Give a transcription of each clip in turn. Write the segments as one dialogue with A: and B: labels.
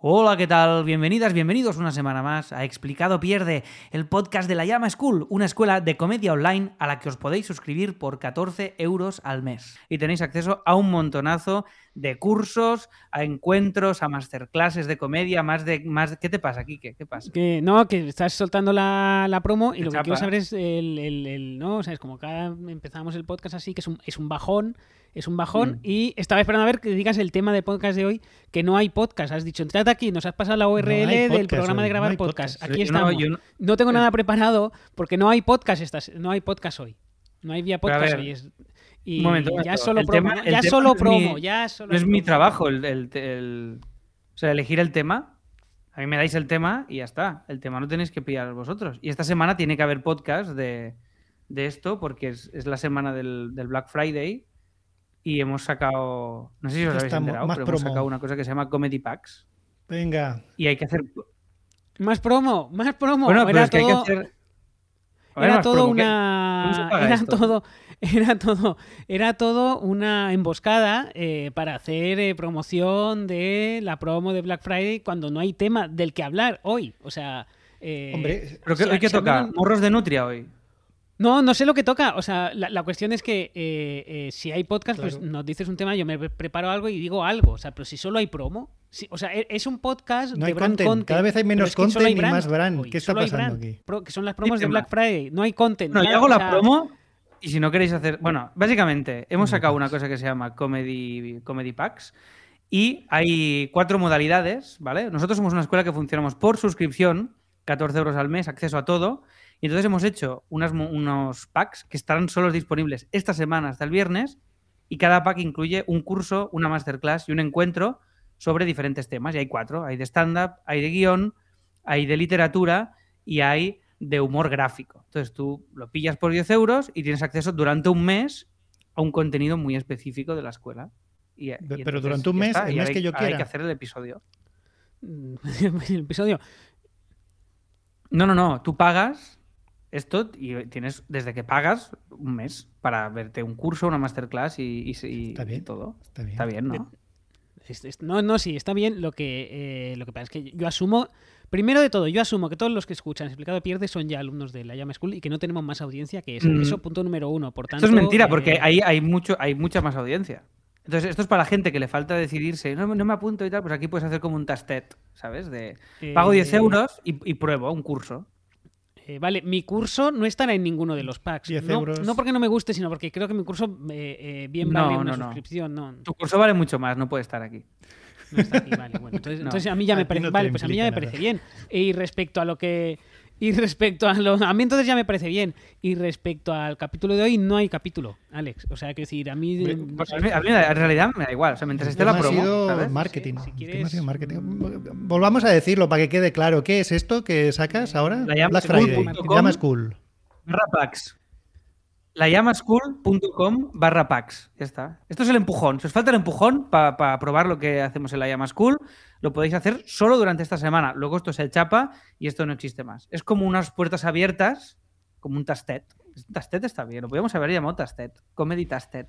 A: Hola, ¿qué tal? Bienvenidas, bienvenidos una semana más a Explicado Pierde, el podcast de la Llama School, una escuela de comedia online a la que os podéis suscribir por 14 euros al mes. Y tenéis acceso a un montonazo de cursos, a encuentros, a masterclasses de comedia, más de... Más... ¿Qué te pasa, Kike? ¿Qué pasa?
B: Que no, que estás soltando la, la promo y
A: Te
B: lo
A: chapa.
B: que quiero saber es el, el- el- ¿no? O sea, es como cada empezamos el podcast así, que es un, es un bajón, es un bajón.
A: Mm.
B: Y estaba esperando a ver que digas el tema del podcast de hoy, que no hay podcast. Has dicho, entrad aquí, nos has pasado la URL
C: hay
B: del
C: podcast
B: programa de
C: hoy,
B: grabar
C: no hay
B: podcast.
C: podcast.
B: Aquí
A: Yo no-
B: estamos. No,
A: yo eh. no-
B: tengo nada preparado porque no hay podcast estas, no hay podcast hoy. No hay vía
A: Pero a
B: podcast
A: ver,
B: hoy. es- y
A: un momento, un
B: ya
A: momento.
B: solo
A: El
B: promo,
A: tema- el
B: ya
A: tema
B: solo
A: no es mi-
B: promo, ya solo
A: No es mi
B: promo.
A: trabajo el, el- el- o sea, elegir el tema. A mí me dais el tema y ya está. El tema no tenéis que pillar vosotros. Y esta semana tiene que haber podcast de, de esto porque es, es la semana del, del Black Friday y hemos sacado, no sé si os habéis
C: Estamos-
A: enterado,
C: más
A: pero hemos
C: promo.
A: sacado una cosa que se llama Comedy Packs
C: Venga,
A: y hay que hacer...
B: Más promo, más promo.
A: bueno, pero
B: Era
A: es que hay que
B: todo-
A: hacer... Joder,
B: Era
A: más
B: todo
A: promo, ¿qué? ¿Cómo se
B: una.
A: paga
B: Era
A: esto?
B: todo. Era todo. Era todo una emboscada eh, para hacer eh, promoción de la promo de Black Friday cuando no hay tema del que hablar hoy. O sea. eh,
C: hombre,
A: Pero que,
B: si-
A: hoy que
B: si a mí
A: toca,
B: no-
A: morros de nutria hoy.
B: No, no sé lo que toca. O sea, la, la cuestión es que eh, eh, si hay podcast, pues
C: Claro.
B: nos dices un tema, yo me pre- preparo algo y digo algo. O sea, pero si solo hay promo. sí, o sea, e- es un podcast
C: no
B: de
C: hay
B: brand
C: content. Cada vez hay
B: pero
C: menos
B: es que solo hay
C: content y
B: brand
C: más brand.
B: hoy,
C: ¿Qué está
B: solo hay
C: pasando
B: brand,
C: aquí?
B: pro- que son las promos de
A: tema.
B: Black Friday. No hay content.
A: Bueno, yo
B: nada,
A: hago
B: o
A: la
B: sea,
A: promo y si no queréis hacer. Bueno, básicamente hemos
C: Comedy
A: sacado una
C: packs.
A: cosa que se llama Comedy, comedy Packs y hay cuatro modalidades, ¿vale? Nosotros somos una escuela que funcionamos por suscripción, 14 euros al mes, acceso a todo. Y entonces hemos hecho unas mo- unos packs que estarán solos disponibles esta semana hasta el viernes y cada pack incluye un curso, una masterclass y un encuentro sobre diferentes temas. Y hay cuatro, hay de stand-up, hay de guión, hay de literatura y hay de humor gráfico. Entonces tú lo pillas por 10 euros y tienes acceso durante un mes a un contenido muy específico de la escuela. Y- y
C: Pero
A: entonces
C: durante un
A: ya
C: mes,
A: está,
C: el
A: y
C: mes
A: ahora
C: que
A: hay-
C: yo
A: ahora Hay que
C: quiera.
A: hacer el episodio.
B: Mm, el episodio.
A: No, no, no, tú pagas esto y tienes desde que pagas un mes para verte un curso, una masterclass y, y- y-
C: Está bien.
A: y todo.
C: Está bien.
A: Está bien, ¿no?
B: Es- es- no, no, sí, está bien. Lo que, eh, lo que pasa es que yo asumo, primero de todo, yo asumo que todos los que escuchan Explicado Pierde son ya alumnos de la Llama School y que no tenemos más audiencia que esa.
A: Mm.
B: Eso, punto número uno. Por tanto,
A: Esto es mentira, porque
B: eh,
A: ahí hay, mucho, hay mucha más audiencia. Entonces, esto es para la gente que le falta decidirse, no, me- no me apunto y tal, pues aquí puedes hacer como un tastet, ¿sabes? De pago 10
B: eh,
A: euros y, y pruebo un curso.
B: eh, vale, mi curso no estará en ninguno de los packs.
C: 10
B: no,
C: euros.
B: no porque no me guste, sino porque creo que mi curso eh, eh, bien
A: No,
B: vale una
A: no, no.
B: suscripción. No,
A: Tu curso vale mucho más, no puede estar aquí.
B: no está aquí, vale, bueno, entonces,
A: No.
B: entonces a mí ya
C: A
B: me
C: ti
B: parece,
C: no te
B: vale, pues a mí ya me
C: implica
B: parece bien. Y respecto a lo que y respecto a lo a mí entonces ya me parece bien y respecto al capítulo de hoy no hay capítulo, Alex, o sea, que decir, a mí
C: Hombre,
B: no
A: Pues
B: sé.
A: a mí, a mí en realidad me da igual, o sea, mientras
C: Eh, El
A: esté la
C: Este tema ha
A: Este promo,
C: sido
A: ¿sabes?
C: marketing.
B: Sí, si
C: el tema ha
B: quieres,
C: sido marketing.
B: mm.
C: Volvamos a decirlo para que quede claro. ¿Qué es esto que sacas ahora?
A: La llama
C: Black
A: school
C: Friday.
A: punto com.
C: Llama School.
A: Barra packs. Lallamaschool.com barra packs. Ya está. Esto es el empujón. Si os falta el empujón para probar lo que hacemos en la Llama School, lo podéis hacer solo durante esta semana. Luego esto se chapa y esto no existe más. Es como unas puertas abiertas, como un tastet. Tastet está bien, lo podríamos haber llamado tastet. Comedy tastet.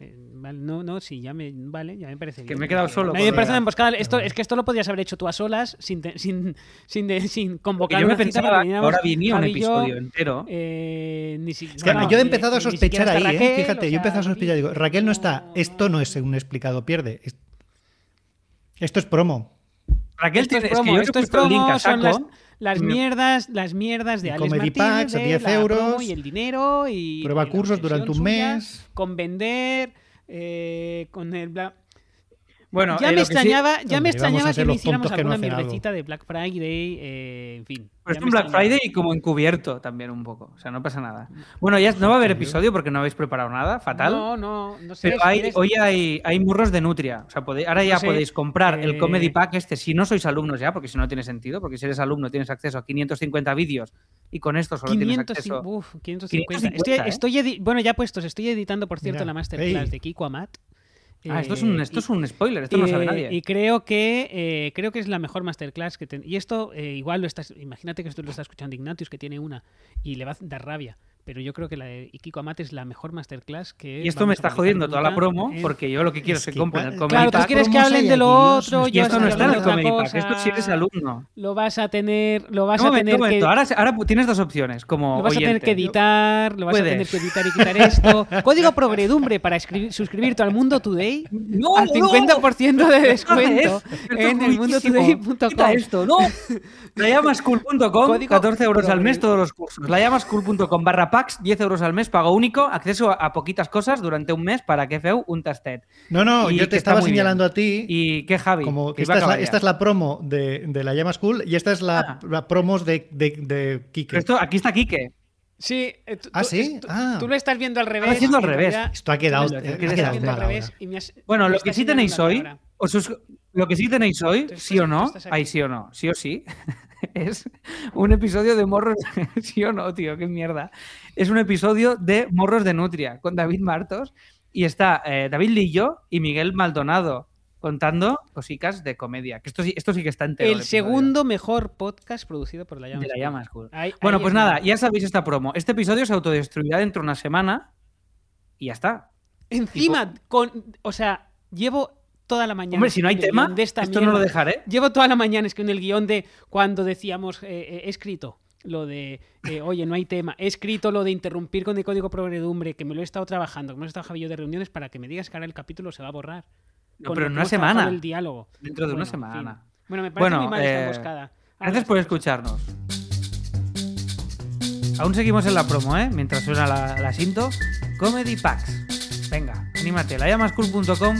B: Eh, vale, no, no, sí, ya me vale, ya me parece
A: Que
B: bien.
A: me he quedado
B: porque
A: solo
B: A mí
A: con
B: me
A: la-
B: parece una emboscada, esto
C: Perdona.
B: es que esto lo podías haber hecho tú a solas sin te- sin sin de- sin
A: Porque
B: convocar
A: yo me
B: una cita
A: pensaba que
B: para que viniéramos
A: ahora venía un
B: Javi y yo,
A: episodio entero.
B: eh, ni si-
C: Es que
B: bueno,
C: yo he
B: eh,
C: empezado a
B: ni siquiera
C: sospechar
B: está
C: ahí, ¿eh?
B: Raquel,
C: Fíjate,
B: o
C: yo he empezado a
B: sea,
C: sospechar. Digo, Raquel no está. Esto no es un explicado pierde. Es- Esto es promo.
A: Raquel
B: esto
A: tiene,
B: es
A: es que
B: promo,
A: yo
B: esto
A: he
B: es
A: puesto el link
B: promo,
A: a
B: son las,
A: saco.
B: las
A: Me-
B: mierdas, las mierdas de
C: Mm. Y
B: Alex
C: comedy
B: Martínez,
C: packs a
B: de
C: 10
B: la promo
C: euros.
B: y el dinero y
C: Prueba
B: y la
C: cursos durante un
B: obsesión suya
C: mes.
B: con vender eh, con el bla-
A: Bueno,
B: ya
A: eh,
B: me
A: lo que sí-
B: extrañaba, ya me
C: Hombre, vamos a
B: extrañaba que
C: hacer
B: no
C: los
B: hiciéramos
C: tontos que no
B: alguna
C: hacen algo.
B: mierdecita de Black Friday, eh, en fin.
A: Pero es
B: ya me
A: un Black
B: extrañaba. Mm,
A: Friday y como encubierto también un poco. O sea, no pasa nada. Bueno, ya no va a haber episodio porque no habéis preparado nada, fatal.
B: No, no, no sé.
A: pero
B: si
A: hay-
B: quieres-
A: hoy hay, hay murros de nutria. O sea, podéis- ahora ya
B: sé,
A: podéis comprar el
B: eh,
A: Comedy Pack este. Si no sois alumnos ya, porque si no tiene sentido, porque si eres alumno tienes acceso a 550 vídeos y con esto solo tienes
B: 500,
A: acceso.
B: uf, 550.
A: 550,
B: Estoy-
A: ¿eh?
B: estoy edi- bueno, ya puestos, estoy editando, por cierto,
C: Mira,
B: la masterclass
C: ey.
B: de Kiko Amat.
A: Ah, esto es
B: Eh,
A: un, esto
B: y-
A: es un spoiler, esto no lo sabe
B: Eh,
A: nadie.
B: Y creo que eh, creo que es la mejor masterclass que ten- Y esto eh, igual lo estás. Imagínate que esto lo está escuchando Ignatius, que tiene una, y le va a dar rabia. Pero yo creo que la de Kiko Amate es la mejor masterclass que.
A: Y esto me
B: vamos a
A: está
B: realizar
A: jodiendo toda la
B: nunca ¿eh?
A: promo,
B: en-
A: porque yo lo que quiero es
C: Es
A: que
C: que
A: compren el
C: igual-
A: Comedy
B: Claro, tú
A: Pack.
B: quieres que
C: promos
B: hablen
C: hay
B: de
C: aquí,
B: lo
C: Dios,
B: otro.
C: me
A: Y
B: yo
C: estoy
A: esto no está en el
C: hablando
A: Comedy
B: otra
A: Pack, esto si eres
B: cosa,
A: alumno.
B: Lo vas a tener. Lo vas
A: Un
B: a
A: momento,
B: tener
A: un momento.
B: que.
A: Ahora, ahora tienes dos opciones. Como
B: Lo vas a tener
A: oyente.
B: que editar, lo vas
A: Puedes.
B: a tener que editar y quitar esto. Código progredumbre para escribir- suscribirte al Mundo Today
A: ¡Oh, No,
B: al
A: no,
B: 50% de descuento
A: Haces,
B: en
A: esto es buenísimo. Quita
B: elmundotoday.com.
A: esto, no. Lallamascool.com,
B: Código
A: 14 euros al
B: progre.
A: mes todos los cursos. Lallamascool.com barra packs, 10 euros al mes, pago único, acceso a, a poquitas cosas durante un mes para que feu un tastet.
C: No, no,
A: Y
C: yo
A: que está
C: te estaba
A: muy bien.
C: señalando a ti.
A: Y que Javi,
C: Como que
A: que iba
C: esta,
A: a
C: es la,
A: acabar ya.
C: esta es la promo de, de la llama school y esta es la,
A: Ah.
C: la promos de, de, de Quique.
A: Pero
C: Esto,
A: esto, aquí está Quique.
B: Sí, eh, tú,
C: Ah,
B: tú-
C: ¿sí?
B: es- tú-
C: Ah.
B: tú lo estás viendo al revés.
A: haciendo al
B: y en
A: revés.
B: realidad
C: ha quedado, eh,
A: Lo
C: ha
A: que
B: tú lo
A: quieres
C: quedado
B: estás
A: hacer.
B: viendo al
C: mal
B: revés
C: ahora.
B: y me has-
A: Bueno,
B: me
A: lo
B: estás
A: que sí tenéis
B: señalando
A: hoy,
B: ahora.
A: os sus- lo que sí tenéis hoy,
B: Tú
A: sí o
B: estás- tú
A: no,
B: estás aquí.
A: ahí sí o no, sí o sí, es un episodio de Morros, sí o no, tío, qué mierda. Es un episodio de Morros de Nutria con David Martos y está eh, David Lillo y Miguel Maldonado contando cositas de comedia. Que esto sí, esto sí que está entero.
B: El
A: episodio
B: segundo mejor podcast producido por la llama.
A: de la llama School.
B: Ahí-
A: Bueno,
B: ahí
A: pues
B: está.
A: nada, ya sabéis esta promo. Este episodio se autodestruirá dentro de una semana y ya está.
B: Encima, con, o sea, llevo toda la mañana.
A: Hombre, si no hay
B: escribiendo el
A: tema,
B: guión de esta
A: esto no lo
B: mierda.
A: dejaré.
B: Llevo toda la mañana escribiendo el guión de cuando decíamos eh, eh, he escrito lo de, eh, oye, no hay tema. He escrito lo de interrumpir con el código progredumbre, que me lo he estado trabajando, que me lo he estado Javi yo de reuniones para que me digas que ahora el capítulo se va a borrar.
A: No,
B: con
A: pero
B: lo que
A: en una
B: hemos trabajado
A: semana.
B: El diálogo.
A: Dentro de
B: Bueno,
A: una
B: en fin.
A: semana.
B: Bueno, me parece
A: Bueno,
B: muy mal esta
A: eh,
B: emboscada. Ahora
A: Gracias
B: sí.
A: por escucharnos. Aún seguimos en la promo, ¿eh? Mientras suena la, la cinto. Comedy Packs. Venga, anímate. Layamascool.com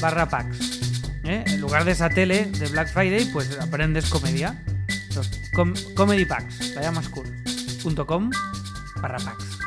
A: barra packs. ¿Eh? En lugar de esa tele de Black Friday, pues aprendes comedia. Entonces, com- comedy Packs. Layamascool.com barra packs.